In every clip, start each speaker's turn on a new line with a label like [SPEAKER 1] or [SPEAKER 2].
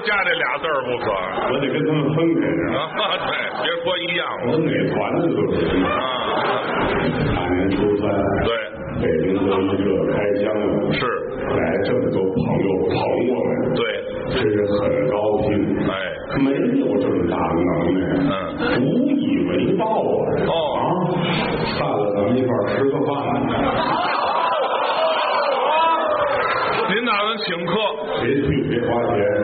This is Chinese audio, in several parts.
[SPEAKER 1] 字儿不可啊！
[SPEAKER 2] 我得跟他们哼开是吧？
[SPEAKER 1] 对，别说一样了
[SPEAKER 2] 我美团的就是
[SPEAKER 1] 啊，
[SPEAKER 2] 大年初三，
[SPEAKER 1] 对，
[SPEAKER 2] 北京这一热开箱了，
[SPEAKER 1] 是，
[SPEAKER 2] 来这么多朋友捧我们，
[SPEAKER 1] 对，
[SPEAKER 2] 真是很高兴。
[SPEAKER 1] 哎，
[SPEAKER 2] 没有这么大的能耐，
[SPEAKER 1] 嗯，
[SPEAKER 2] 无以为报啊！啊
[SPEAKER 1] 哦，，
[SPEAKER 2] 散了咱们一块儿吃个饭，
[SPEAKER 1] 您打算请客，
[SPEAKER 2] 谁去谁花钱，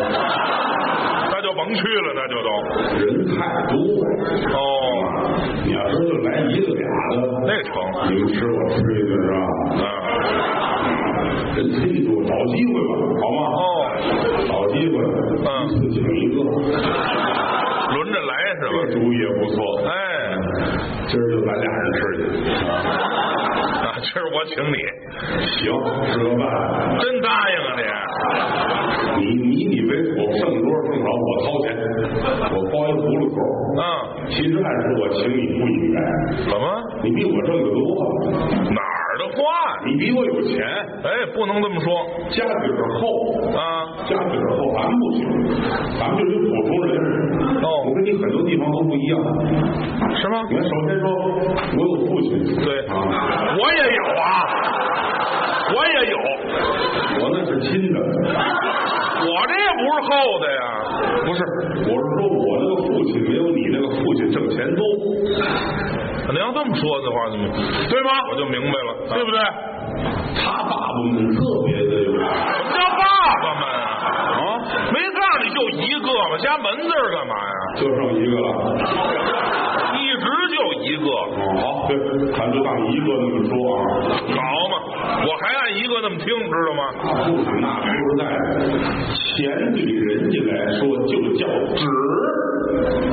[SPEAKER 1] 那就甭去了，那就都
[SPEAKER 2] 人太多了。
[SPEAKER 1] 哦，
[SPEAKER 2] 你要说就来一个俩的，
[SPEAKER 1] 那成
[SPEAKER 2] 你们吃我吃一顿是吧？
[SPEAKER 1] 啊，
[SPEAKER 2] 人忒多，找机会吧，好吗？
[SPEAKER 1] 哦，
[SPEAKER 2] 找机会，
[SPEAKER 1] 嗯
[SPEAKER 2] 一次请一啊个，
[SPEAKER 1] 轮着来是
[SPEAKER 2] 这
[SPEAKER 1] 吧？
[SPEAKER 2] 主意也不错。
[SPEAKER 1] 哎，
[SPEAKER 2] 今儿就咱俩人吃去，
[SPEAKER 1] 啊，今儿我请你，
[SPEAKER 2] 行，吃个饭。
[SPEAKER 1] 真答应啊
[SPEAKER 2] 你你以为我剩多少剩少我掏钱，我包一葫芦
[SPEAKER 1] 你？
[SPEAKER 2] 头。
[SPEAKER 1] 啊，
[SPEAKER 2] 其实按说我请你不应该，
[SPEAKER 1] 怎么
[SPEAKER 2] 你比我挣得多，
[SPEAKER 1] 哪儿的话呀？
[SPEAKER 2] 你比我有钱，
[SPEAKER 1] 哎，不能这么说
[SPEAKER 2] 家底儿厚，
[SPEAKER 1] 啊！
[SPEAKER 2] 家底儿厚，咱们不行，咱们就是一普通人。
[SPEAKER 1] 哦
[SPEAKER 2] 我跟你很多地方都不一样。
[SPEAKER 1] 是吗？
[SPEAKER 2] 你看，首先说，我有父亲，
[SPEAKER 1] 对
[SPEAKER 2] 啊，
[SPEAKER 1] 我也有啊，我也有，
[SPEAKER 2] 我那是亲的。
[SPEAKER 1] 我这也不是厚的呀。
[SPEAKER 2] 不是，我是说我那个父亲没有你那个父亲挣钱多。
[SPEAKER 1] 你要这么说的话，怎么对吗？我就明白了，对不对？
[SPEAKER 2] 他爸爸们特别的有
[SPEAKER 1] 什么叫爸爸们啊？
[SPEAKER 2] 啊，
[SPEAKER 1] 没告诉你就一个吗？加门字儿干嘛呀？
[SPEAKER 2] 就剩一个了。
[SPEAKER 1] 一直就一个，
[SPEAKER 2] 好，对，咱就当一个那么说啊。
[SPEAKER 1] 好嘛？我还按一个那么听，知道吗？
[SPEAKER 2] 那不是那说实在的，钱对人家来说就叫纸。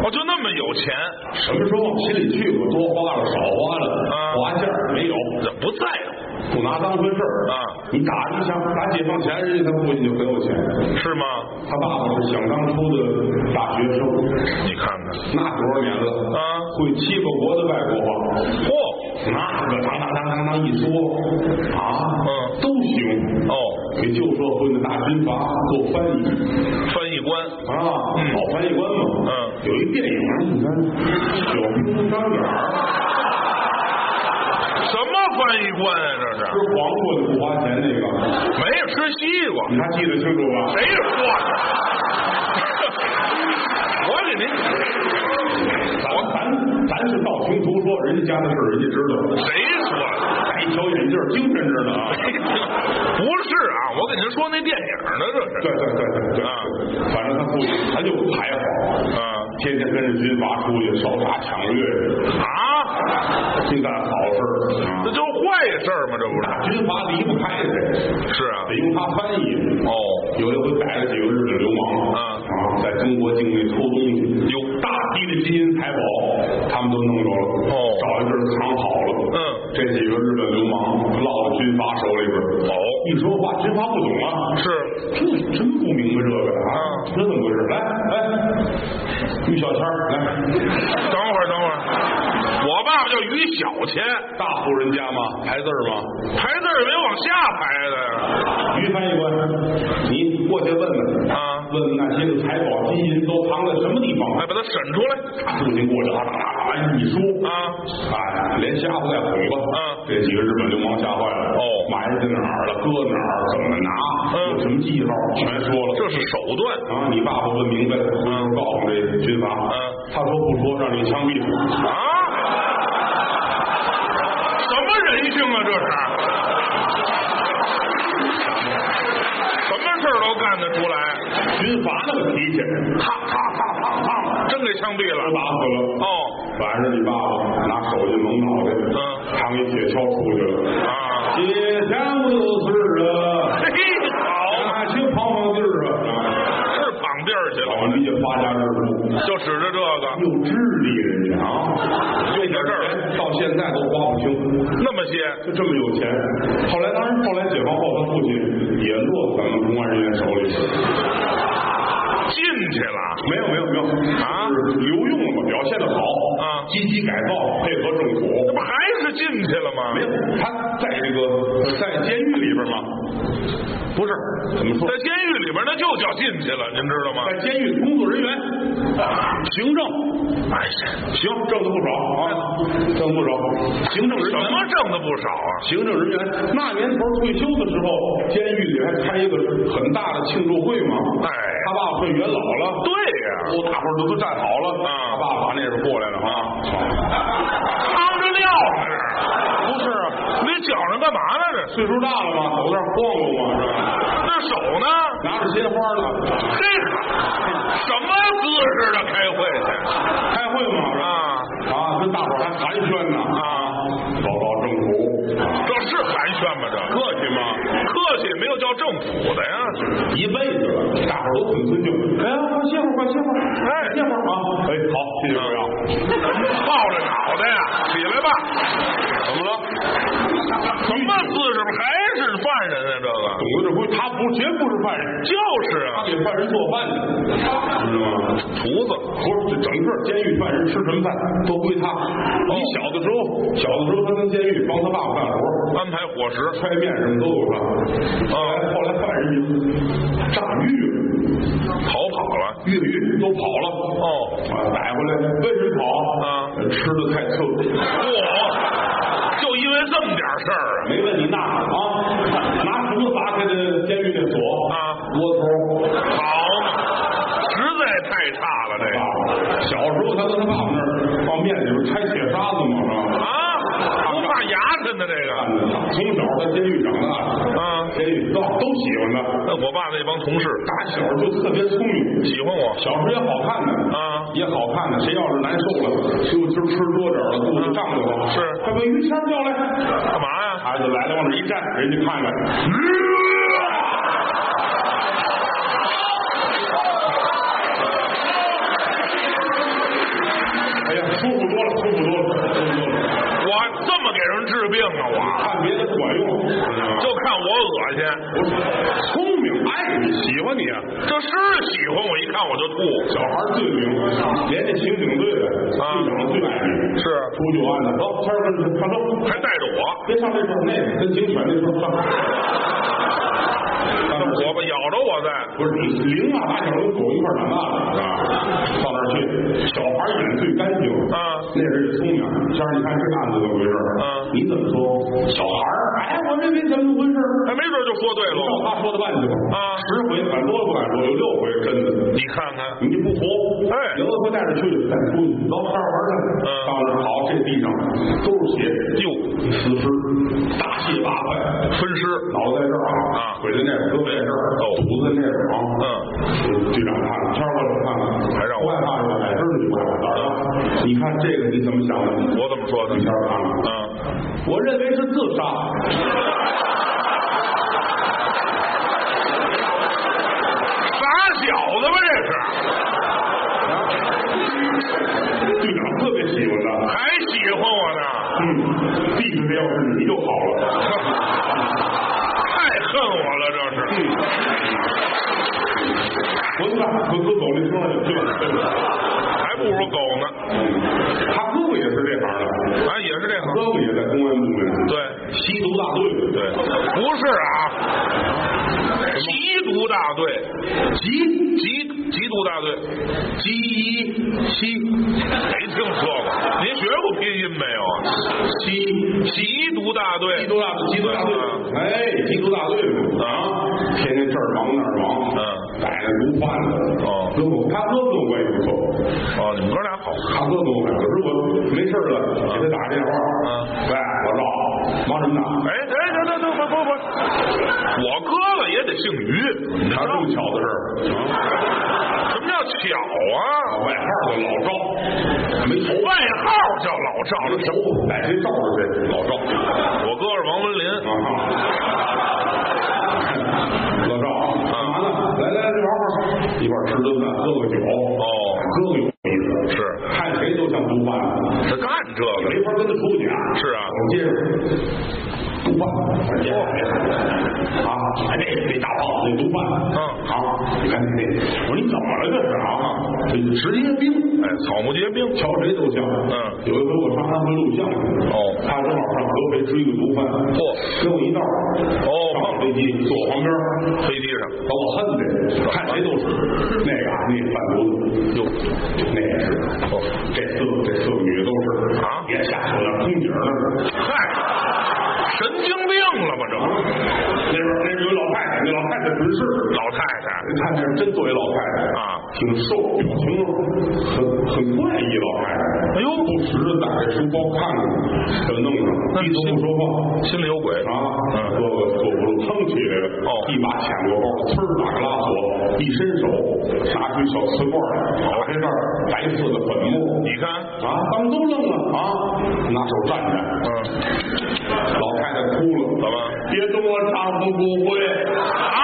[SPEAKER 1] 哦，就那么有钱，
[SPEAKER 2] 什么时候往心里去？我多花了，少花
[SPEAKER 1] 啊
[SPEAKER 2] 了，划价儿没有，
[SPEAKER 1] 这不在乎
[SPEAKER 2] 不拿当回事儿
[SPEAKER 1] 啊。
[SPEAKER 2] 你打一下，打解放前，人家他父亲就很有钱。
[SPEAKER 1] 是吗？
[SPEAKER 2] 他爸爸是想当初的大学生，
[SPEAKER 1] 你看看
[SPEAKER 2] 那多少年了
[SPEAKER 1] 啊，
[SPEAKER 2] 会七八国的外国话，
[SPEAKER 1] 嚯、
[SPEAKER 2] 那个当当当当当一说啊，
[SPEAKER 1] 嗯
[SPEAKER 2] 都行。
[SPEAKER 1] 哦，
[SPEAKER 2] 给旧社会的大军阀做翻译
[SPEAKER 1] 翻译官，
[SPEAKER 2] 啊，老翻译官嘛。
[SPEAKER 1] 嗯，
[SPEAKER 2] 有一电影，你看，小兵张眼儿
[SPEAKER 1] 什么翻译官啊？
[SPEAKER 2] 吃
[SPEAKER 1] 这是
[SPEAKER 2] 黄瓜的不花钱那个，
[SPEAKER 1] 没有吃西瓜，
[SPEAKER 2] 你还记得清楚吧？
[SPEAKER 1] 谁说的？ 我给您
[SPEAKER 2] 咱咱咱是道听途说，人家家的事儿人家知道。
[SPEAKER 1] 谁说的？
[SPEAKER 2] 戴一小眼镜儿，精神着呢啊！
[SPEAKER 1] 嗯不是啊，我给您说那电影呢，这
[SPEAKER 2] 对
[SPEAKER 1] 是
[SPEAKER 2] 对对对对，
[SPEAKER 1] 啊
[SPEAKER 2] 反正他父亲他就排好。
[SPEAKER 1] 啊
[SPEAKER 2] 天天跟着军阀出去烧杀抢掠，
[SPEAKER 1] 啊，
[SPEAKER 2] 净干好事儿啊
[SPEAKER 1] 这就是坏事儿吗？这不
[SPEAKER 2] 军阀离不开谁，
[SPEAKER 1] 是？是啊
[SPEAKER 2] 得，用他翻译。
[SPEAKER 1] 哦，
[SPEAKER 2] 有一回逮了几个日本流氓
[SPEAKER 1] 啊
[SPEAKER 2] 啊，在中国境内偷东西，
[SPEAKER 1] 有
[SPEAKER 2] 大批的金银财宝，他们都弄着了，
[SPEAKER 1] 哦
[SPEAKER 2] 找一地儿藏好了。
[SPEAKER 1] 嗯
[SPEAKER 2] 这几个日本流氓落到军阀手里边儿，
[SPEAKER 1] 哦
[SPEAKER 2] 一说话军阀不懂啊，
[SPEAKER 1] 是
[SPEAKER 2] 这真不明白这个啊
[SPEAKER 1] 啊，
[SPEAKER 2] 这怎么回事？来来，于小谦儿来，
[SPEAKER 1] 等会儿等会儿，我爸爸叫于小钱，
[SPEAKER 2] 大户人家嘛，排字儿嘛。
[SPEAKER 1] 排字儿也没往下排的呀。
[SPEAKER 2] 于翻译官，你过去问问
[SPEAKER 1] 啊
[SPEAKER 2] 问问那些个财宝、金银都藏在什么地方？啊
[SPEAKER 1] 哎，把它审出来
[SPEAKER 2] 大父亲过去啊，哒哒哒一说，
[SPEAKER 1] 啊！
[SPEAKER 2] 哎，连瞎子带哄子，
[SPEAKER 1] 嗯
[SPEAKER 2] 这几个日本流氓吓坏了，
[SPEAKER 1] 哦
[SPEAKER 2] 埋在哪儿了，搁哪儿，怎么拿，
[SPEAKER 1] 嗯
[SPEAKER 2] 有什么记号，全说了。
[SPEAKER 1] 这是手段，
[SPEAKER 2] 啊，你爸爸问明白了，嗯，告诉这军阀，
[SPEAKER 1] 嗯，
[SPEAKER 2] 他说不说，让你枪毙。
[SPEAKER 1] 啊？什么人性啊，这是？什么事儿都干得出来，
[SPEAKER 2] 军阀那个脾气，
[SPEAKER 1] 啪啪啪啪啪，真给枪毙
[SPEAKER 2] 打
[SPEAKER 1] 了。
[SPEAKER 2] 死了。
[SPEAKER 1] 哦，
[SPEAKER 2] 晚上你爸爸拿手去蒙脑袋，
[SPEAKER 1] 嗯
[SPEAKER 2] 扛一铁锹出去了。
[SPEAKER 1] 啊，
[SPEAKER 2] 铁枪不就是啊，
[SPEAKER 1] 嘿，好嘛，
[SPEAKER 2] 哪去跑跑地儿啊？
[SPEAKER 1] 是旁边儿去
[SPEAKER 2] 老
[SPEAKER 1] 了，
[SPEAKER 2] 人家发家致富，
[SPEAKER 1] 就指着这个，
[SPEAKER 2] 有智力人家啊，
[SPEAKER 1] 就在这儿
[SPEAKER 2] 钱到现在都花不清，
[SPEAKER 1] 那么些，
[SPEAKER 2] 就这么有钱。后来，当然后来解放后，他父亲也落咱们公安人员手里，
[SPEAKER 1] 进去了，
[SPEAKER 2] 没有没有没有
[SPEAKER 1] 啊
[SPEAKER 2] 就是留用了，表现的好
[SPEAKER 1] 啊
[SPEAKER 2] 积极改造，配合政府
[SPEAKER 1] 这，不还是进去了吗？
[SPEAKER 2] 没有，他在这个在监狱里边嘛，不是怎么说
[SPEAKER 1] 在？监狱里边那就叫进去了，您知道吗？
[SPEAKER 2] 在监狱工作人员，行政，
[SPEAKER 1] 哎呀，
[SPEAKER 2] 行挣的不少啊，挣不少。行政人
[SPEAKER 1] 什
[SPEAKER 2] 员，
[SPEAKER 1] 么挣的不少啊？
[SPEAKER 2] 行政人员，那年头退休的时候，监狱里还开一个很大的庆祝会嘛。
[SPEAKER 1] 哎
[SPEAKER 2] 他爸爸算元老了，
[SPEAKER 1] 对呀、
[SPEAKER 2] 都大伙儿都都站好了，
[SPEAKER 1] 啊
[SPEAKER 2] 他爸爸打那边过来了啊。
[SPEAKER 1] 趟着尿呢
[SPEAKER 2] 不是啊，
[SPEAKER 1] 这儿，你脚上干嘛呢？这是
[SPEAKER 2] 岁数大了嘛，走那儿晃悠嘛，是吧？
[SPEAKER 1] 那手呢？
[SPEAKER 2] 拿着鲜花呢，
[SPEAKER 1] 嘿，什么姿势的开会去
[SPEAKER 2] 开会嘛，是吧？
[SPEAKER 1] 啊？
[SPEAKER 2] 啊，跟大伙儿还寒暄呢啊，
[SPEAKER 1] 啊，
[SPEAKER 2] 报告政府啊，
[SPEAKER 1] 这是寒暄吗？这
[SPEAKER 2] 客气嘛，
[SPEAKER 1] 客气没有叫政府的呀？
[SPEAKER 2] 一辈子了，大伙儿都很尊敬。哎呀，快歇会儿，快歇会儿，
[SPEAKER 1] 哎
[SPEAKER 2] 歇会儿啊！哎，好，谢谢各位啊。
[SPEAKER 1] 抱着脑袋呀，起来吧！
[SPEAKER 2] 怎么了？
[SPEAKER 1] 什么姿势？还是犯人啊？
[SPEAKER 2] 懂
[SPEAKER 1] 这个
[SPEAKER 2] 得这规，他不绝不是犯人，
[SPEAKER 1] 就是
[SPEAKER 2] 他
[SPEAKER 1] 啊，
[SPEAKER 2] 给犯人做饭的，知道吗？
[SPEAKER 1] 厨子
[SPEAKER 2] 不是，这整个监狱犯人吃什么饭都归他。你小的时候，小的时候他跟监狱帮他爸爸干活，
[SPEAKER 1] 安排伙食
[SPEAKER 2] 揣面什么都有他。后来后来犯人炸狱了，
[SPEAKER 1] 逃跑了。
[SPEAKER 2] 越狱都跑了。
[SPEAKER 1] 哦，
[SPEAKER 2] 啊，逮回来，为什么跑？
[SPEAKER 1] 啊
[SPEAKER 2] 吃的太次，
[SPEAKER 1] 嚯，就因为这么点事儿啊？
[SPEAKER 2] 没问你那啊，拿什么砸开的监狱那锁
[SPEAKER 1] 啊
[SPEAKER 2] 窝头。
[SPEAKER 1] 好嘛，实在太差了这个
[SPEAKER 2] 爸，小时候他跟他爸爸那儿放面里边拆铁砂子嘛，是吧？
[SPEAKER 1] 啊，不怕牙碜的这个
[SPEAKER 2] 从小在监狱长大的，
[SPEAKER 1] 啊。
[SPEAKER 2] 监狱都都喜欢他，
[SPEAKER 1] 那我爸那帮同事
[SPEAKER 2] 打小就特别聪明，
[SPEAKER 1] 喜欢我
[SPEAKER 2] 小时候也好看呢，
[SPEAKER 1] 啊，
[SPEAKER 2] 也好看呢。谁要是难受了，就今儿吃多点了，肚子胀得慌，
[SPEAKER 1] 是
[SPEAKER 2] 快把于谦叫来。
[SPEAKER 1] 干嘛呀？
[SPEAKER 2] 孩子来了，往这一站，人家看看，哎呀，舒服多了，舒服多了，舒服多了。
[SPEAKER 1] 我这么给人治病啊？我
[SPEAKER 2] 看别的不管用，知道吗
[SPEAKER 1] 就看我恶心，
[SPEAKER 2] 不是聪明，爱你，喜欢你啊。
[SPEAKER 1] 这是喜欢我，一看我就吐。
[SPEAKER 2] 小孩最灵，连这刑警队的队
[SPEAKER 1] 啊
[SPEAKER 2] 长最爱你。
[SPEAKER 1] 是
[SPEAKER 2] 出去有案子，走，谦儿跟着上车，
[SPEAKER 1] 还带着我，
[SPEAKER 2] 别上这车，那个跟警犬那车上。上那儿去
[SPEAKER 1] 我吧咬着我在，
[SPEAKER 2] 不是你灵啊，打小跟狗一块儿长大的啊，到那儿去，小孩儿眼最干净
[SPEAKER 1] 啊
[SPEAKER 2] 那人就聪明，先生，你看这案子怎么回事？
[SPEAKER 1] 嗯
[SPEAKER 2] 你怎么说？小孩儿，哎，我认为怎么回事？
[SPEAKER 1] 还没准就说对
[SPEAKER 2] 照
[SPEAKER 1] 了。
[SPEAKER 2] 他说的办去吧。
[SPEAKER 1] 啊
[SPEAKER 2] 十回反多了不敢说，有六回是真的。
[SPEAKER 1] 你看看，
[SPEAKER 2] 你就不服？
[SPEAKER 1] 哎
[SPEAKER 2] 有的说带着出去，带出去，走上玩去。
[SPEAKER 1] 嗯
[SPEAKER 2] 到那儿好，这地上都是血，
[SPEAKER 1] 哟，
[SPEAKER 2] 死尸，大卸八块，
[SPEAKER 1] 分尸
[SPEAKER 2] 脑袋在这儿啊，
[SPEAKER 1] 啊哦
[SPEAKER 2] 腿在那儿，胳膊在这儿，肚子在那儿啊。
[SPEAKER 1] 嗯
[SPEAKER 2] 队长看了，天儿哥看了，
[SPEAKER 1] 还让我
[SPEAKER 2] 害怕是吧？哎，知道你不害怕，胆儿大。你看这个你怎么想的？
[SPEAKER 1] 我怎么说的
[SPEAKER 2] 天？儿看了，
[SPEAKER 1] 啊，
[SPEAKER 2] 我认为是自杀。
[SPEAKER 1] 傻小子吧，这是
[SPEAKER 2] 队长特别喜欢他，
[SPEAKER 1] 还喜欢我呢，
[SPEAKER 2] 嗯，地上这要是你就好了。
[SPEAKER 1] 太恨我了，这是。
[SPEAKER 2] 滚蛋，滚滚走那车上去吧，对吧？
[SPEAKER 1] 还不如狗呢，
[SPEAKER 2] 他哥哥也是这行的，
[SPEAKER 1] 啊，也是这
[SPEAKER 2] 他
[SPEAKER 1] 行。
[SPEAKER 2] 哥哥也在公安部门，
[SPEAKER 1] 对，
[SPEAKER 2] 嗯吸毒大队，
[SPEAKER 1] 对，不是啊，缉毒大队，缉缉缉毒大队，缉一西，没听说过。您学过拼音没有啊？
[SPEAKER 2] 吸
[SPEAKER 1] 缉毒大队，
[SPEAKER 2] 吸毒大队，吸毒大队
[SPEAKER 1] 啊，
[SPEAKER 2] 哎，吸毒大队嘛，
[SPEAKER 1] 啊，
[SPEAKER 2] 天天这儿忙那儿忙，
[SPEAKER 1] 嗯
[SPEAKER 2] 逮着毒贩子，
[SPEAKER 1] 哦
[SPEAKER 2] 跟我他哥跟我关系不错，
[SPEAKER 1] 哦，你们哥俩好，
[SPEAKER 2] 他哥跟我关系，有时候我没事儿了给他打个电话，
[SPEAKER 1] 嗯
[SPEAKER 2] 喂，我绕，忙什么呢？
[SPEAKER 1] 哎哎，等等等，不不不，我哥哥也得姓于，
[SPEAKER 2] 哪有这么巧的事儿啊？
[SPEAKER 1] 什么叫巧啊？
[SPEAKER 2] 外号叫老赵，没头
[SPEAKER 1] 外号叫老
[SPEAKER 2] 找
[SPEAKER 1] 赵，
[SPEAKER 2] 着头，逮谁照着谁，老赵。
[SPEAKER 1] 我哥是王文林，
[SPEAKER 2] 啊，老赵啊，干嘛呢？来来来，玩会儿，一块儿吃顿饭，喝个酒。
[SPEAKER 1] 哦
[SPEAKER 2] 喝个有意思，
[SPEAKER 1] 是
[SPEAKER 2] 看谁都像毒贩子，
[SPEAKER 1] 他干这个
[SPEAKER 2] 没法跟他出去啊。
[SPEAKER 1] 是啊
[SPEAKER 2] 我接着毒贩，我接着啊，哎，那那大胖子那毒贩，
[SPEAKER 1] 嗯
[SPEAKER 2] 好，你看那，我说你怎么了这是啊？这职业病，
[SPEAKER 1] 哎，草木皆兵。
[SPEAKER 2] 瞧谁都像。
[SPEAKER 1] 嗯
[SPEAKER 2] 有一回我上安徽录像去，
[SPEAKER 1] 哦
[SPEAKER 2] 他正好上合肥追个毒贩，
[SPEAKER 1] 嚯
[SPEAKER 2] 跟我一道儿
[SPEAKER 1] 哦
[SPEAKER 2] 上了飞机坐我旁边儿，
[SPEAKER 1] 飞机上，
[SPEAKER 2] 把我恨的，看谁都是那个啊那贩毒的，
[SPEAKER 1] 哟，
[SPEAKER 2] 那也是，
[SPEAKER 1] 哦，
[SPEAKER 2] 这四个这四个女的都是
[SPEAKER 1] 啊
[SPEAKER 2] 也下手了，空姐儿呢。
[SPEAKER 1] 嗨，神经病了吧
[SPEAKER 2] 啊那
[SPEAKER 1] 这？
[SPEAKER 2] 边儿那边儿有老太太，那老太太纯是
[SPEAKER 1] 老太太
[SPEAKER 2] 看着真作为老太太
[SPEAKER 1] 啊
[SPEAKER 2] 挺瘦，表情很很怪异，老太太。
[SPEAKER 1] 哎呦
[SPEAKER 2] 不时的打开书包看看，给弄
[SPEAKER 1] 那
[SPEAKER 2] 上，
[SPEAKER 1] 你
[SPEAKER 2] 低头不说话
[SPEAKER 1] 心里有鬼
[SPEAKER 2] 啊，
[SPEAKER 1] 嗯
[SPEAKER 2] 坐个坐不住，腾起来了，
[SPEAKER 1] 哦
[SPEAKER 2] 一把抢过包，呲儿打个拉锁，一伸手拿出一小瓷罐来，
[SPEAKER 1] 啊
[SPEAKER 2] 打开盖儿，白色的粉末，
[SPEAKER 1] 你看，
[SPEAKER 2] 啊，咱们都愣了啊！拿手站着，
[SPEAKER 1] 嗯
[SPEAKER 2] 老太太哭了，
[SPEAKER 1] 怎么？
[SPEAKER 2] 别动我丈夫骨灰！
[SPEAKER 1] 啊，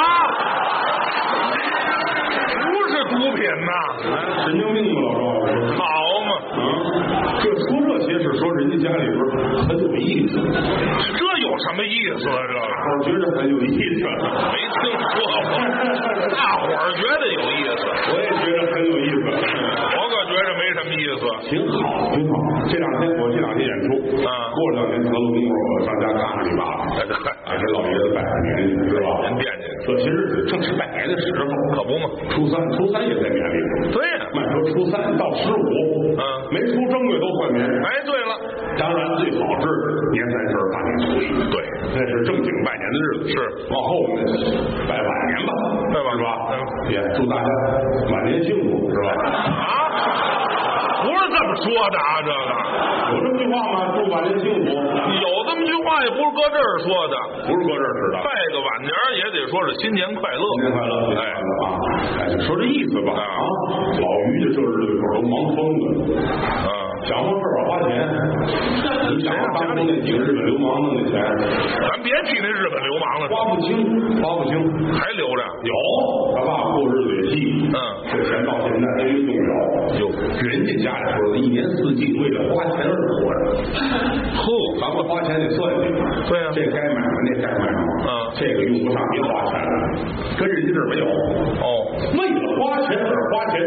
[SPEAKER 1] 不是毒品呐，
[SPEAKER 2] 哎，神经病吧，老赵！
[SPEAKER 1] 好嘛，
[SPEAKER 2] 啊，这说这些是说人家家里边很有意思，
[SPEAKER 1] 这有什么意思啊？这个
[SPEAKER 2] 我觉得很有意思，
[SPEAKER 1] 没听说过，大伙儿觉得有意思，
[SPEAKER 2] 我也觉得很有意思，
[SPEAKER 1] 我可觉着没什么意思。
[SPEAKER 2] 挺好，挺好。这两天我这两天演出，
[SPEAKER 1] 啊
[SPEAKER 2] 过两年得了功夫，我上家看看你爸爸，
[SPEAKER 1] 哎对
[SPEAKER 2] 哎，给老爷子拜拜年去，是吧？
[SPEAKER 1] 您惦记，
[SPEAKER 2] 这些日子正是拜年的时候，
[SPEAKER 1] 可不嘛？
[SPEAKER 2] 初三，初三也在年里头。
[SPEAKER 1] 对呀、
[SPEAKER 2] 慢说初三到十五，
[SPEAKER 1] 嗯
[SPEAKER 2] 没出正月都算年。
[SPEAKER 1] 哎，对了，
[SPEAKER 2] 当然最好是年三十儿大年初一，
[SPEAKER 1] 对，
[SPEAKER 2] 那是正经拜年的日子。
[SPEAKER 1] 是
[SPEAKER 2] 往后我们拜晚年吧，
[SPEAKER 1] 拜晚
[SPEAKER 2] 是吧？
[SPEAKER 1] 嗯
[SPEAKER 2] 也祝大家晚年幸福，是吧？
[SPEAKER 1] 啊，不是这么说的啊，这个
[SPEAKER 2] 有这么句话吗？祝晚年幸福，
[SPEAKER 1] 有这么句话也不是搁这儿说的，
[SPEAKER 2] 不是搁这儿使的。
[SPEAKER 1] 拜个晚年儿也得说是新年快乐，
[SPEAKER 2] 新年快乐，新年
[SPEAKER 1] 哎
[SPEAKER 2] 快，乐啊！哎，说这意思吧啊！老于家这日子可都忙疯了。
[SPEAKER 1] 啊，
[SPEAKER 2] 想方设法花钱，你想想当初那几个日本流氓弄的钱，
[SPEAKER 1] 咱别提那日本流氓了，
[SPEAKER 2] 花不清，花不清。
[SPEAKER 1] 还留着，
[SPEAKER 2] 有，他爸爸过日子也细，
[SPEAKER 1] 嗯
[SPEAKER 2] 这钱到现在都没动了。
[SPEAKER 1] 有
[SPEAKER 2] 人家家里说一年四季为了花钱而 活着，
[SPEAKER 1] 呵，
[SPEAKER 2] 咱们花钱得算计，
[SPEAKER 1] 对呀
[SPEAKER 2] 这该买买，那该买买，
[SPEAKER 1] 嗯
[SPEAKER 2] 这个用不上，别花钱了，跟人家这儿没有，
[SPEAKER 1] 哦，
[SPEAKER 2] 为了花钱而花钱，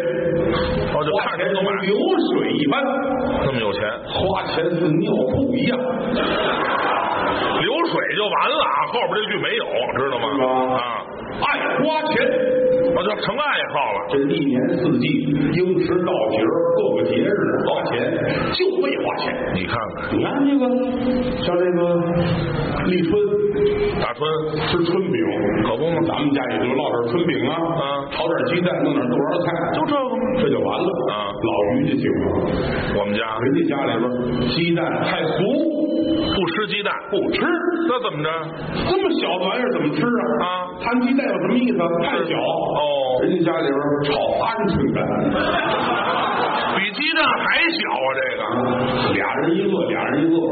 [SPEAKER 1] 哦，就
[SPEAKER 2] 花
[SPEAKER 1] 看
[SPEAKER 2] 钱
[SPEAKER 1] 谁都
[SPEAKER 2] 如
[SPEAKER 1] 买，
[SPEAKER 2] 流水一般，
[SPEAKER 1] 那么有钱，
[SPEAKER 2] 花钱似尿裤一样。
[SPEAKER 1] 流水就完了啊，后边这句没有，知道
[SPEAKER 2] 是吗
[SPEAKER 1] 吗？啊，
[SPEAKER 2] 爱花钱，
[SPEAKER 1] 我哦就成爱好了，
[SPEAKER 2] 这一年四季，应时到节儿，各个节日花钱就为花钱。
[SPEAKER 1] 你看看
[SPEAKER 2] 你看这个，像这个立春
[SPEAKER 1] 大春，
[SPEAKER 2] 吃春饼，
[SPEAKER 1] 可不嘛
[SPEAKER 2] 咱们家也就烙点春饼啊，
[SPEAKER 1] 嗯
[SPEAKER 2] 炒点鸡蛋，弄点豆芽菜，
[SPEAKER 1] 就这个吗？
[SPEAKER 2] 这就嗯完了。
[SPEAKER 1] 啊
[SPEAKER 2] 老于就行了，
[SPEAKER 1] 我们家
[SPEAKER 2] 人家家里边鸡蛋太俗，
[SPEAKER 1] 不吃鸡蛋，
[SPEAKER 2] 不吃。
[SPEAKER 1] 那怎么着？
[SPEAKER 2] 这么小的玩意儿怎么吃啊？
[SPEAKER 1] 啊
[SPEAKER 2] 摊鸡蛋有什么意思？太小
[SPEAKER 1] 哦
[SPEAKER 2] 人家家里边炒鹌鹑蛋，
[SPEAKER 1] 比鸡蛋还小啊！这 个
[SPEAKER 2] 俩人一个，俩人一 个。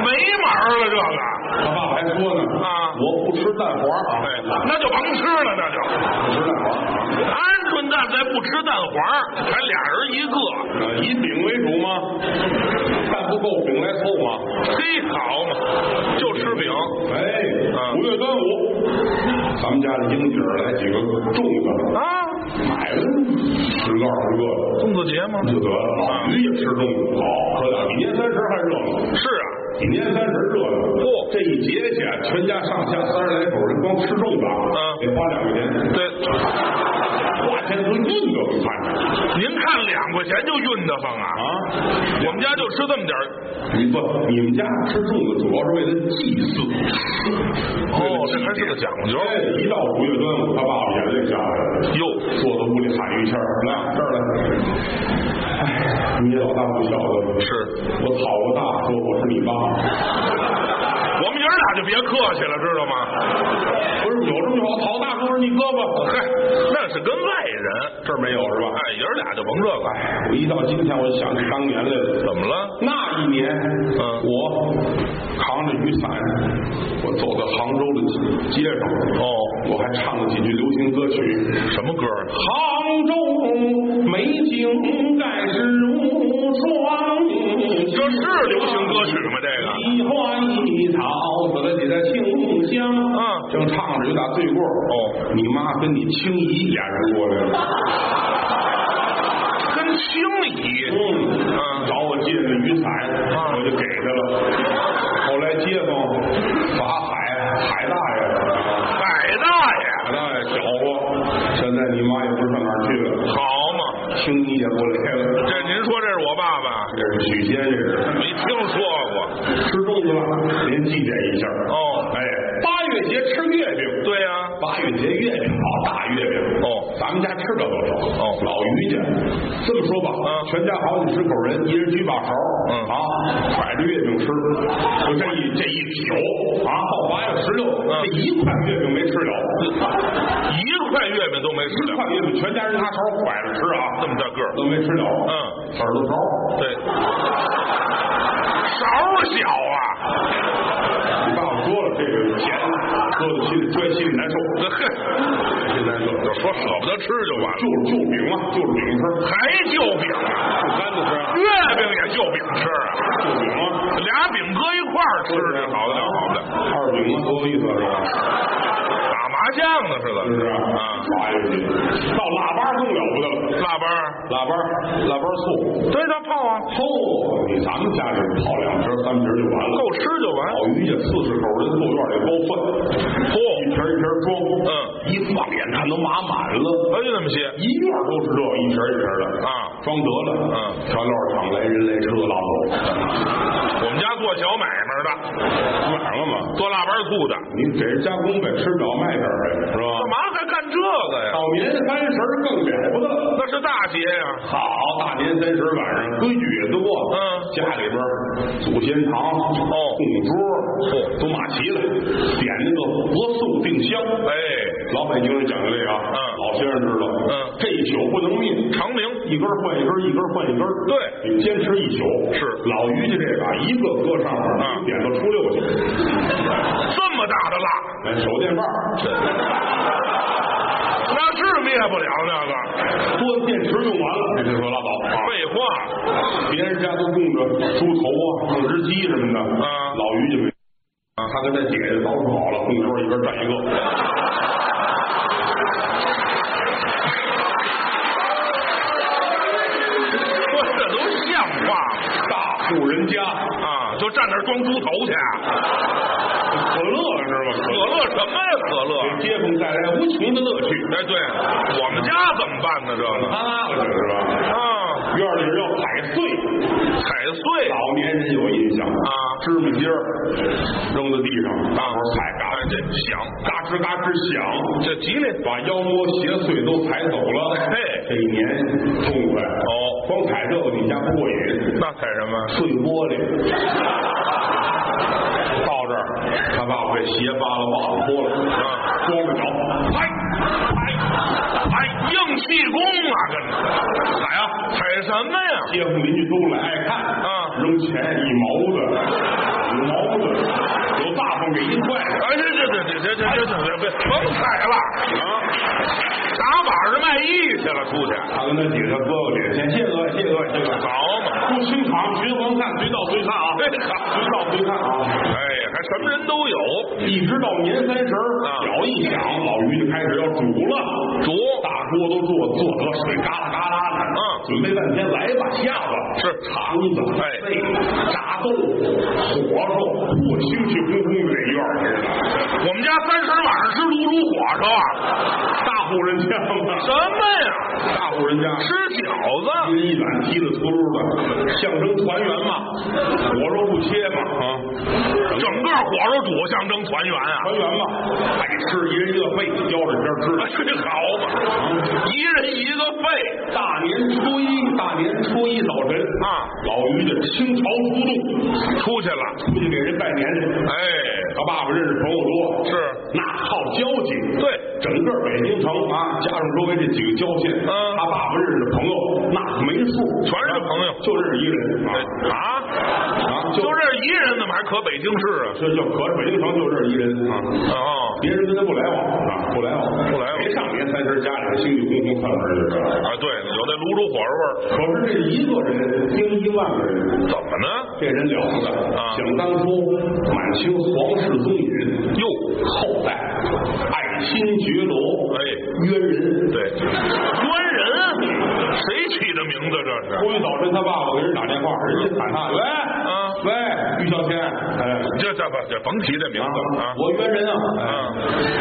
[SPEAKER 1] 没门儿了，这个
[SPEAKER 2] 他爸还说呢，
[SPEAKER 1] 啊
[SPEAKER 2] 我不吃蛋黄啊，
[SPEAKER 1] 哎，那就甭吃了，那就
[SPEAKER 2] 不吃蛋黄啊。
[SPEAKER 1] 鹌鹑蛋再不吃蛋黄，还俩人一个，
[SPEAKER 2] 啊， 以饼为主 吗？饭不够，饼来凑吗？
[SPEAKER 1] 嘿，好嘛，就吃饼，
[SPEAKER 2] 哎，
[SPEAKER 1] 啊
[SPEAKER 2] 五月端午，咱们家的英姐儿来几个粽子，
[SPEAKER 1] 啊，
[SPEAKER 2] 买了十个二十个的
[SPEAKER 1] 粽子节吗？
[SPEAKER 2] 就得了。
[SPEAKER 1] 啊
[SPEAKER 2] 老于也吃粽子，好喝的，比年三十还热闹，
[SPEAKER 1] 是啊，
[SPEAKER 2] 比年三十热闹。
[SPEAKER 1] 嚯
[SPEAKER 2] 这一节去，全家上下三十来口人，光吃粽子啊
[SPEAKER 1] 嗯
[SPEAKER 2] 得花两块钱，
[SPEAKER 1] 对，
[SPEAKER 2] 花钱都晕都没看着
[SPEAKER 1] 您看两块钱就晕得慌啊！
[SPEAKER 2] 啊。
[SPEAKER 1] 我们家就吃这么点儿，
[SPEAKER 2] 你不，你们家吃粽子主要是为了祭祀。
[SPEAKER 1] 哦，这还是个讲究
[SPEAKER 2] 哎，一到五月端午，他爸爸眼泪下来了，
[SPEAKER 1] 哟，
[SPEAKER 2] 坐到屋里喊于谦儿来这儿来。哎，你也老大不小的，
[SPEAKER 1] 是
[SPEAKER 2] 我讨过大说我是你爸，
[SPEAKER 1] 我们爷儿俩就别客气了，知道吗？
[SPEAKER 2] 不是有这么句话，讨大说是你哥哥，
[SPEAKER 1] 嗨，那是跟外人，
[SPEAKER 2] 这儿没有是吧？
[SPEAKER 1] 哎，爷儿俩就甭这个，
[SPEAKER 2] 哎，我一到今天我就想起当年来了。
[SPEAKER 1] 怎么了？
[SPEAKER 2] 那一年，
[SPEAKER 1] 嗯
[SPEAKER 2] 我扛着雨伞，我走到杭州的街上，
[SPEAKER 1] 哦，
[SPEAKER 2] 我还唱了几句流行歌曲。
[SPEAKER 1] 什么歌啊？
[SPEAKER 2] 杭州美景盖世无双，
[SPEAKER 1] 这是流行歌曲吗？这个啊
[SPEAKER 2] 一花一草，死了几代个庆梦乡，
[SPEAKER 1] 嗯
[SPEAKER 2] 正唱着有打对过，哦，你妈跟你青姨俩人过来了，
[SPEAKER 1] 跟青姨，
[SPEAKER 2] 嗯，
[SPEAKER 1] 啊，
[SPEAKER 2] 找我借的雨伞，
[SPEAKER 1] 啊
[SPEAKER 2] 我就给他了。后来街坊法海海大爷，
[SPEAKER 1] 海大爷，
[SPEAKER 2] 海大爷搅和，现在你妈也不知道哪儿去了，
[SPEAKER 1] 好嘛，
[SPEAKER 2] 青姨也不来了，
[SPEAKER 1] 这您说这是我爸爸，
[SPEAKER 2] 这是许仙，这是。
[SPEAKER 1] 没听说过。
[SPEAKER 2] 吃粽子了，您祭奠一下。
[SPEAKER 1] 哦
[SPEAKER 2] 哎，八月节吃月饼，
[SPEAKER 1] 对呀、
[SPEAKER 2] 八月节月饼好，大月饼。
[SPEAKER 1] 哦，
[SPEAKER 2] 咱们家吃不了多少。
[SPEAKER 1] 哦
[SPEAKER 2] 老于家，这么说吧，
[SPEAKER 1] 嗯
[SPEAKER 2] 全家好几十口人，一人举把勺，
[SPEAKER 1] 嗯
[SPEAKER 2] 啊，揣着月饼吃，就这一这一宿啊，到八月十六，
[SPEAKER 1] 嗯
[SPEAKER 2] 这一块月饼没吃了，
[SPEAKER 1] 一块月饼都没吃
[SPEAKER 2] 一
[SPEAKER 1] 了，
[SPEAKER 2] 块月饼全家人拿勺揣着吃啊，
[SPEAKER 1] 这么大个儿，
[SPEAKER 2] 都没吃了，
[SPEAKER 1] 嗯，
[SPEAKER 2] 耳朵高。
[SPEAKER 1] 对，勺小啊，
[SPEAKER 2] 你爸爸说了，这个钱说的心里摔，心里难受，
[SPEAKER 1] 这嘿，嗯
[SPEAKER 2] 心里难受。
[SPEAKER 1] 就说舍不得吃就完了，
[SPEAKER 2] 就是就饼啊，就是饼吃，
[SPEAKER 1] 还就饼啊，
[SPEAKER 2] 就干的吃啊，
[SPEAKER 1] 月饼也就饼吃啊，
[SPEAKER 2] 就饼啊，
[SPEAKER 1] 俩饼搁一块儿吃，这好得了，好得了。
[SPEAKER 2] 二饼啊，多有意思啊，是吧？
[SPEAKER 1] 打麻将呢似的，
[SPEAKER 2] 是不是
[SPEAKER 1] 啊
[SPEAKER 2] 啊？，八月节到腊八更了不得了，
[SPEAKER 1] 腊八儿，
[SPEAKER 2] 腊八腊八醋，
[SPEAKER 1] 对他泡啊，
[SPEAKER 2] 醋，你咱们家这泡两瓶三瓶就完了。
[SPEAKER 1] 够吃就完。
[SPEAKER 2] 老于家四十口人坐院里包饭，嚯，一瓶一瓶装，
[SPEAKER 1] 嗯
[SPEAKER 2] 一放眼看都码满了，
[SPEAKER 1] 哎，就那么些
[SPEAKER 2] 一院都是这一瓶一瓶的
[SPEAKER 1] 啊，
[SPEAKER 2] 装得了，
[SPEAKER 1] 嗯
[SPEAKER 2] 调料厂来人来车 拉走，
[SPEAKER 1] 我们家做小买卖
[SPEAKER 2] 买了嘛。
[SPEAKER 1] 的，做腊八醋的，
[SPEAKER 2] 你给人加工呗，吃不了卖点儿呗，是吧？
[SPEAKER 1] 干嘛还干这个呀？
[SPEAKER 2] 到年三十儿更了不得。
[SPEAKER 1] 那是大节呀、
[SPEAKER 2] 好，大年三十晚上规矩也多，
[SPEAKER 1] 嗯
[SPEAKER 2] 家里边儿祖先堂哦供桌
[SPEAKER 1] 嚯
[SPEAKER 2] 都码齐了，点那个柏树定香。
[SPEAKER 1] 哎，
[SPEAKER 2] 老北京人讲究这个啊，
[SPEAKER 1] 嗯
[SPEAKER 2] 老先生知道，
[SPEAKER 1] 嗯
[SPEAKER 2] 这一宿不能灭，
[SPEAKER 1] 长明
[SPEAKER 2] 一根儿换一根儿，一根儿换一根儿，
[SPEAKER 1] 对
[SPEAKER 2] 你坚持一宿。
[SPEAKER 1] 是
[SPEAKER 2] 老于家这个啊，一个搁上面儿，
[SPEAKER 1] 嗯
[SPEAKER 2] 点到初 六去，
[SPEAKER 1] 这么大的腊，
[SPEAKER 2] 哎，手电棒儿，
[SPEAKER 1] 那是灭不了那个。
[SPEAKER 2] 多电池用完
[SPEAKER 1] 哎
[SPEAKER 2] 了，这就说拉倒啊。
[SPEAKER 1] 废话，
[SPEAKER 2] 别人家都供着猪头啊、弄只鸡什么的，
[SPEAKER 1] 啊
[SPEAKER 2] 老于就没。啊，他跟他姐姐捯饬好了，供桌一边站一个，
[SPEAKER 1] 我这都像话吗？
[SPEAKER 2] 大户人家，
[SPEAKER 1] 啊，就站那儿装猪头去啊？
[SPEAKER 2] 可乐是吧？
[SPEAKER 1] 可
[SPEAKER 2] 可
[SPEAKER 1] 乐什么呀？可乐？
[SPEAKER 2] 给街坊带来无穷的乐趣，
[SPEAKER 1] 哎，对，我们家怎么办呢？这个
[SPEAKER 2] 啊，是吧？
[SPEAKER 1] 啊，
[SPEAKER 2] 院里人要踩碎，
[SPEAKER 1] 踩碎
[SPEAKER 2] 老年人有印象
[SPEAKER 1] 啊
[SPEAKER 2] 芝麻尖儿扔在地上，大伙儿踩，嘎
[SPEAKER 1] 哎，这响，
[SPEAKER 2] 嘎吱嘎吱响，
[SPEAKER 1] 这吉利。
[SPEAKER 2] 把妖魔邪祟都踩走了。
[SPEAKER 1] 嘿
[SPEAKER 2] 这一年痛快
[SPEAKER 1] 哦
[SPEAKER 2] 光踩这个你家不过瘾，
[SPEAKER 1] 那踩什么？
[SPEAKER 2] 碎玻璃。到这儿，他爸爸这鞋扒拉袜子脱了，
[SPEAKER 1] 啊
[SPEAKER 2] 光着脚，
[SPEAKER 1] 哎哎哎，硬气功啊，跟着踩啊，踩什么呀？
[SPEAKER 2] 街坊邻居都来爱看，
[SPEAKER 1] 啊
[SPEAKER 2] 扔钱一毛子，五毛子，有大方给一块的，
[SPEAKER 1] 哎，这这这这这这这这别甭踩了啊！打码是卖艺去了，出去
[SPEAKER 2] 他跟他姐他哥哥脸先谢谢各位，谢谢各位，谢谢各位。
[SPEAKER 1] 好嘛？
[SPEAKER 2] 不清场，学黄看，随到随看啊，
[SPEAKER 1] 哎
[SPEAKER 2] 随到随看啊。
[SPEAKER 1] 哎，还什么人都有，
[SPEAKER 2] 一直到年三十儿，
[SPEAKER 1] 啊
[SPEAKER 2] 脚一响，老于就开始要煮了。
[SPEAKER 1] 煮
[SPEAKER 2] 大锅都做做得水嘎啦嘎啦的，
[SPEAKER 1] 嗯
[SPEAKER 2] 准备半天来吧，下吧，
[SPEAKER 1] 是
[SPEAKER 2] 肠子、
[SPEAKER 1] 哎
[SPEAKER 2] 肺、炸豆腐、火烧，我清气烘烘的这院儿似的，
[SPEAKER 1] 我们家三十晚上吃卤煮火烧啊，
[SPEAKER 2] 大户人家嘛，
[SPEAKER 1] 什么呀？
[SPEAKER 2] 大户人家。
[SPEAKER 1] 吃饺
[SPEAKER 2] 一
[SPEAKER 1] 子，
[SPEAKER 2] 人一碗踢的秃噜的，象征团圆嘛，火肉不切嘛，啊，
[SPEAKER 1] 整个火烧煮象征团圆啊！
[SPEAKER 2] 团圆嘛，爱吃一人一个肺，叼着边儿吃
[SPEAKER 1] 哎，好嘛，一人一个肺，
[SPEAKER 2] 大年初一，大年初一早晨
[SPEAKER 1] 啊
[SPEAKER 2] 老于家倾巢出动，
[SPEAKER 1] 出去了。
[SPEAKER 2] 出去给人拜年去。
[SPEAKER 1] 哎，
[SPEAKER 2] 他爸爸认识朋友多，
[SPEAKER 1] 是
[SPEAKER 2] 那好交际。
[SPEAKER 1] 对，
[SPEAKER 2] 整个北京城啊，加上周围这几个郊县，
[SPEAKER 1] 嗯
[SPEAKER 2] 他爸爸认识的朋友那没数，
[SPEAKER 1] 全是朋友
[SPEAKER 2] 就认识一人啊
[SPEAKER 1] 哎啊，
[SPEAKER 2] 啊，
[SPEAKER 1] 就
[SPEAKER 2] 就
[SPEAKER 1] 这一人，怎么还可北京市啊？
[SPEAKER 2] 就就可是北京城就认识一人啊，
[SPEAKER 1] 啊，
[SPEAKER 2] 别人跟他不来往啊，不来往，
[SPEAKER 1] 不来往
[SPEAKER 2] 谁上年三十家里还兴趣听饭味就这样。
[SPEAKER 1] 啊，对，有那卤煮火烧味儿，
[SPEAKER 2] 可是这一个人盯一万个人，
[SPEAKER 1] 怎么呢？
[SPEAKER 2] 这人了不得。
[SPEAKER 1] 啊
[SPEAKER 2] 想当初满清皇室宗允
[SPEAKER 1] 哟，
[SPEAKER 2] 后代爱新觉罗，
[SPEAKER 1] 哎，
[SPEAKER 2] 冤人。
[SPEAKER 1] 对，冤人，啊谁起的名字这是？
[SPEAKER 2] 郭玉早晨他爸爸给人打电话，人家喊他，喂，
[SPEAKER 1] 啊
[SPEAKER 2] 喂，于小天，哎。
[SPEAKER 1] 这这不这甭提这名字了啊，
[SPEAKER 2] 我冤人啊！哎
[SPEAKER 1] 啊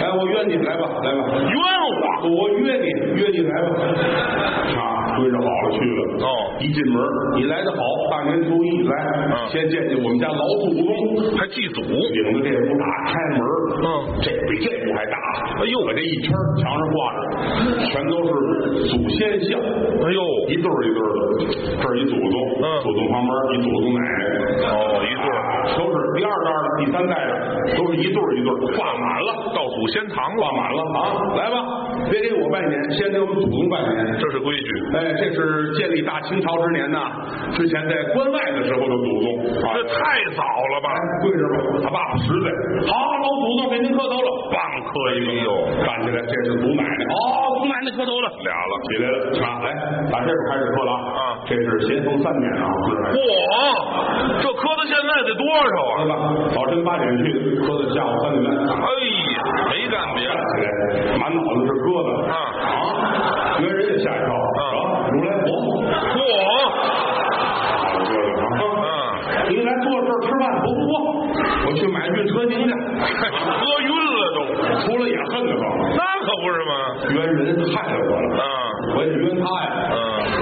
[SPEAKER 2] 哎，我冤你，来吧，来吧，
[SPEAKER 1] 冤枉。啊
[SPEAKER 2] 我约你，约你来吧。啊，追着好了去了。
[SPEAKER 1] 哦
[SPEAKER 2] 一进门，你来的好，大年初一来，
[SPEAKER 1] 嗯
[SPEAKER 2] 先见见我们家老祖宗。
[SPEAKER 1] 还祭祖，
[SPEAKER 2] 领着这屋打开门，
[SPEAKER 1] 嗯
[SPEAKER 2] 这比这屋还大。
[SPEAKER 1] 哎呦
[SPEAKER 2] 我这一圈儿墙上挂着，全都是祖先像，
[SPEAKER 1] 哎呦，
[SPEAKER 2] 一对儿一对儿的。这儿一祖宗，
[SPEAKER 1] 嗯
[SPEAKER 2] 祖宗旁边一祖宗奶奶，
[SPEAKER 1] 哦，一对儿
[SPEAKER 2] 啊都是第二代的、第三代的，都是一对儿一对儿挂满了。
[SPEAKER 1] 到祖先堂
[SPEAKER 2] 挂
[SPEAKER 1] 了，
[SPEAKER 2] 满了啊！来吧，别给我拜年，先给我们祖宗拜年。
[SPEAKER 1] 这是规矩。
[SPEAKER 2] 哎，这是建立大清朝之年呐，之前在关外的时候的祖宗啊
[SPEAKER 1] 这。太早了吧？
[SPEAKER 2] 跪着吧，他爸爸实在。好，老祖宗给您磕头了，
[SPEAKER 1] 棒磕一个哟，
[SPEAKER 2] 站起来，这是祖奶奶。哦，祖奶奶磕头了，
[SPEAKER 1] 俩了。
[SPEAKER 2] 起来了啊！来，打这边开始磕了啊！
[SPEAKER 1] 啊
[SPEAKER 2] 这是咸丰三年啊，是吧？
[SPEAKER 1] 嚯，这磕到现在得多少啊？
[SPEAKER 2] 好吧，早晨八点去的，磕到下午三点半。
[SPEAKER 1] 哎呀，没干别的，
[SPEAKER 2] 起来，满脑子是疙瘩
[SPEAKER 1] 啊
[SPEAKER 2] 啊！原人也吓一跳啊！如来佛，
[SPEAKER 1] 嚯，
[SPEAKER 2] 好哥们啊，
[SPEAKER 1] 嗯，
[SPEAKER 2] 您来坐这儿吃饭不不不，我去买运车您去。
[SPEAKER 1] 喝晕了都，
[SPEAKER 2] 出来也恨得慌，
[SPEAKER 1] 那可不是吗？
[SPEAKER 2] 冤人害了我了，
[SPEAKER 1] 啊，
[SPEAKER 2] 我也冤他呀。
[SPEAKER 1] 嗯，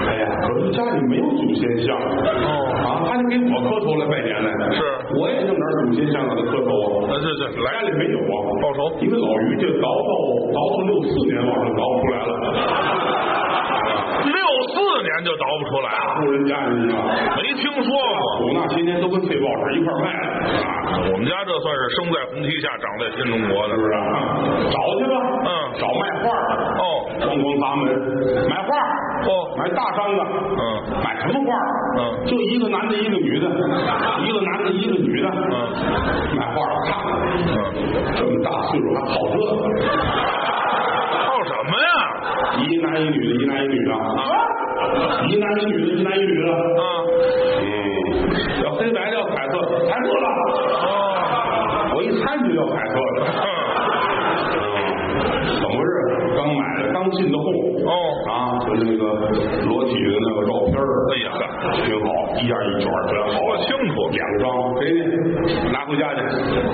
[SPEAKER 2] 哎呀，可是家里没有祖先像
[SPEAKER 1] 哦，
[SPEAKER 2] 啊，他就给我磕头来拜年来，
[SPEAKER 1] 是
[SPEAKER 2] 我也弄点祖先像给他磕头啊。
[SPEAKER 1] 那这这
[SPEAKER 2] 家
[SPEAKER 1] 来
[SPEAKER 2] 里没有啊，
[SPEAKER 1] 报仇，
[SPEAKER 2] 因为老于这倒腾倒腾六四年往上倒不出来了，
[SPEAKER 1] 六四年就倒不出来了，
[SPEAKER 2] 富人家你知道吗？
[SPEAKER 1] 没听说过。
[SPEAKER 2] 我那些年都跟废报纸一块儿卖了啊，
[SPEAKER 1] 我们家这算是生在红旗下，长在新中国
[SPEAKER 2] 是
[SPEAKER 1] 的
[SPEAKER 2] 不。是啊？找去吧，
[SPEAKER 1] 嗯
[SPEAKER 2] 找卖画的，
[SPEAKER 1] 哦
[SPEAKER 2] 咣咣砸门，买画儿，
[SPEAKER 1] 哦，
[SPEAKER 2] 买大张的，
[SPEAKER 1] 嗯，
[SPEAKER 2] 买什么画儿？
[SPEAKER 1] 嗯
[SPEAKER 2] 就一个男的，一个女的，一个男的，一个女的，
[SPEAKER 1] 嗯，
[SPEAKER 2] 买画儿，看，
[SPEAKER 1] 嗯，
[SPEAKER 2] 这么大岁数还好这，
[SPEAKER 1] 靠什么呀？
[SPEAKER 2] 一男一女的，一男一女的，啊一男一女的，一男一女的，
[SPEAKER 1] 啊，
[SPEAKER 2] 嗯，要黑白的，要彩色的，猜错了，
[SPEAKER 1] 哦，
[SPEAKER 2] 我一猜就要彩色的。
[SPEAKER 1] 嗯，
[SPEAKER 2] 怎么回事？刚买的，刚进的货
[SPEAKER 1] 哦，
[SPEAKER 2] 啊，就那个裸体的那个照片儿
[SPEAKER 1] 哎呀，
[SPEAKER 2] 挺好，一样一卷儿，全好
[SPEAKER 1] 说清楚，
[SPEAKER 2] 两张，给你拿回家去，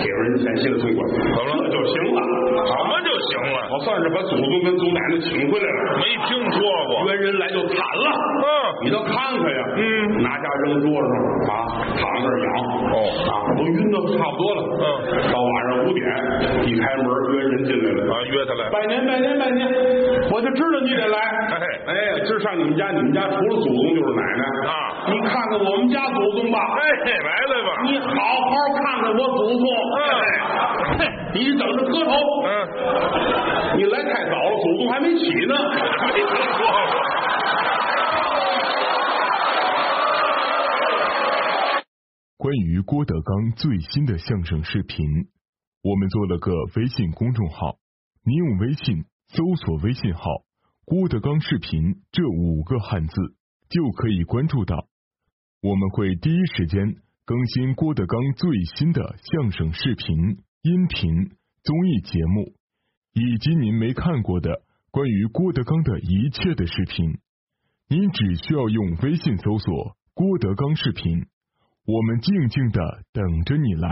[SPEAKER 2] 给人钱谢了痛快，
[SPEAKER 1] 怎么了
[SPEAKER 2] 这就行了。
[SPEAKER 1] 什么就行了？
[SPEAKER 2] 我算是把祖宗跟祖奶奶请回来了，
[SPEAKER 1] 没听说过。
[SPEAKER 2] 冤人来就惨了。
[SPEAKER 1] 嗯，
[SPEAKER 2] 你倒看看呀，
[SPEAKER 1] 嗯
[SPEAKER 2] 拿家扔桌上啊，躺那儿养，
[SPEAKER 1] 哦
[SPEAKER 2] 啊，都晕的差不多了，
[SPEAKER 1] 嗯，
[SPEAKER 2] 到晚上五点一开门，冤人进来了，
[SPEAKER 1] 啊，约他来。
[SPEAKER 2] 拜年拜年拜年，我就知道你得来。
[SPEAKER 1] 哎
[SPEAKER 2] 哎，今儿上你们家，你们家除了祖宗就是奶奶
[SPEAKER 1] 啊
[SPEAKER 2] 你看看我们家祖宗吧，
[SPEAKER 1] 哎，来来吧。
[SPEAKER 2] 你好好看看我祖宗。
[SPEAKER 1] 嗯
[SPEAKER 2] 哎，你等着磕头。
[SPEAKER 1] 嗯，
[SPEAKER 2] 你来太早了，祖宗还没起 呢。
[SPEAKER 1] 没听说过。
[SPEAKER 3] 关于郭德纲最新的相声视频，我们做了个微信公众号，您用微信搜索微信号“郭德纲视频”这五个汉字就可以关注到。我们会第一时间更新郭德纲最新的相声视频、音频、综艺节目，以及您没看过的关于郭德纲的一切的视频。您只需要用微信搜索“郭德纲视频”。我们静静的等着你来。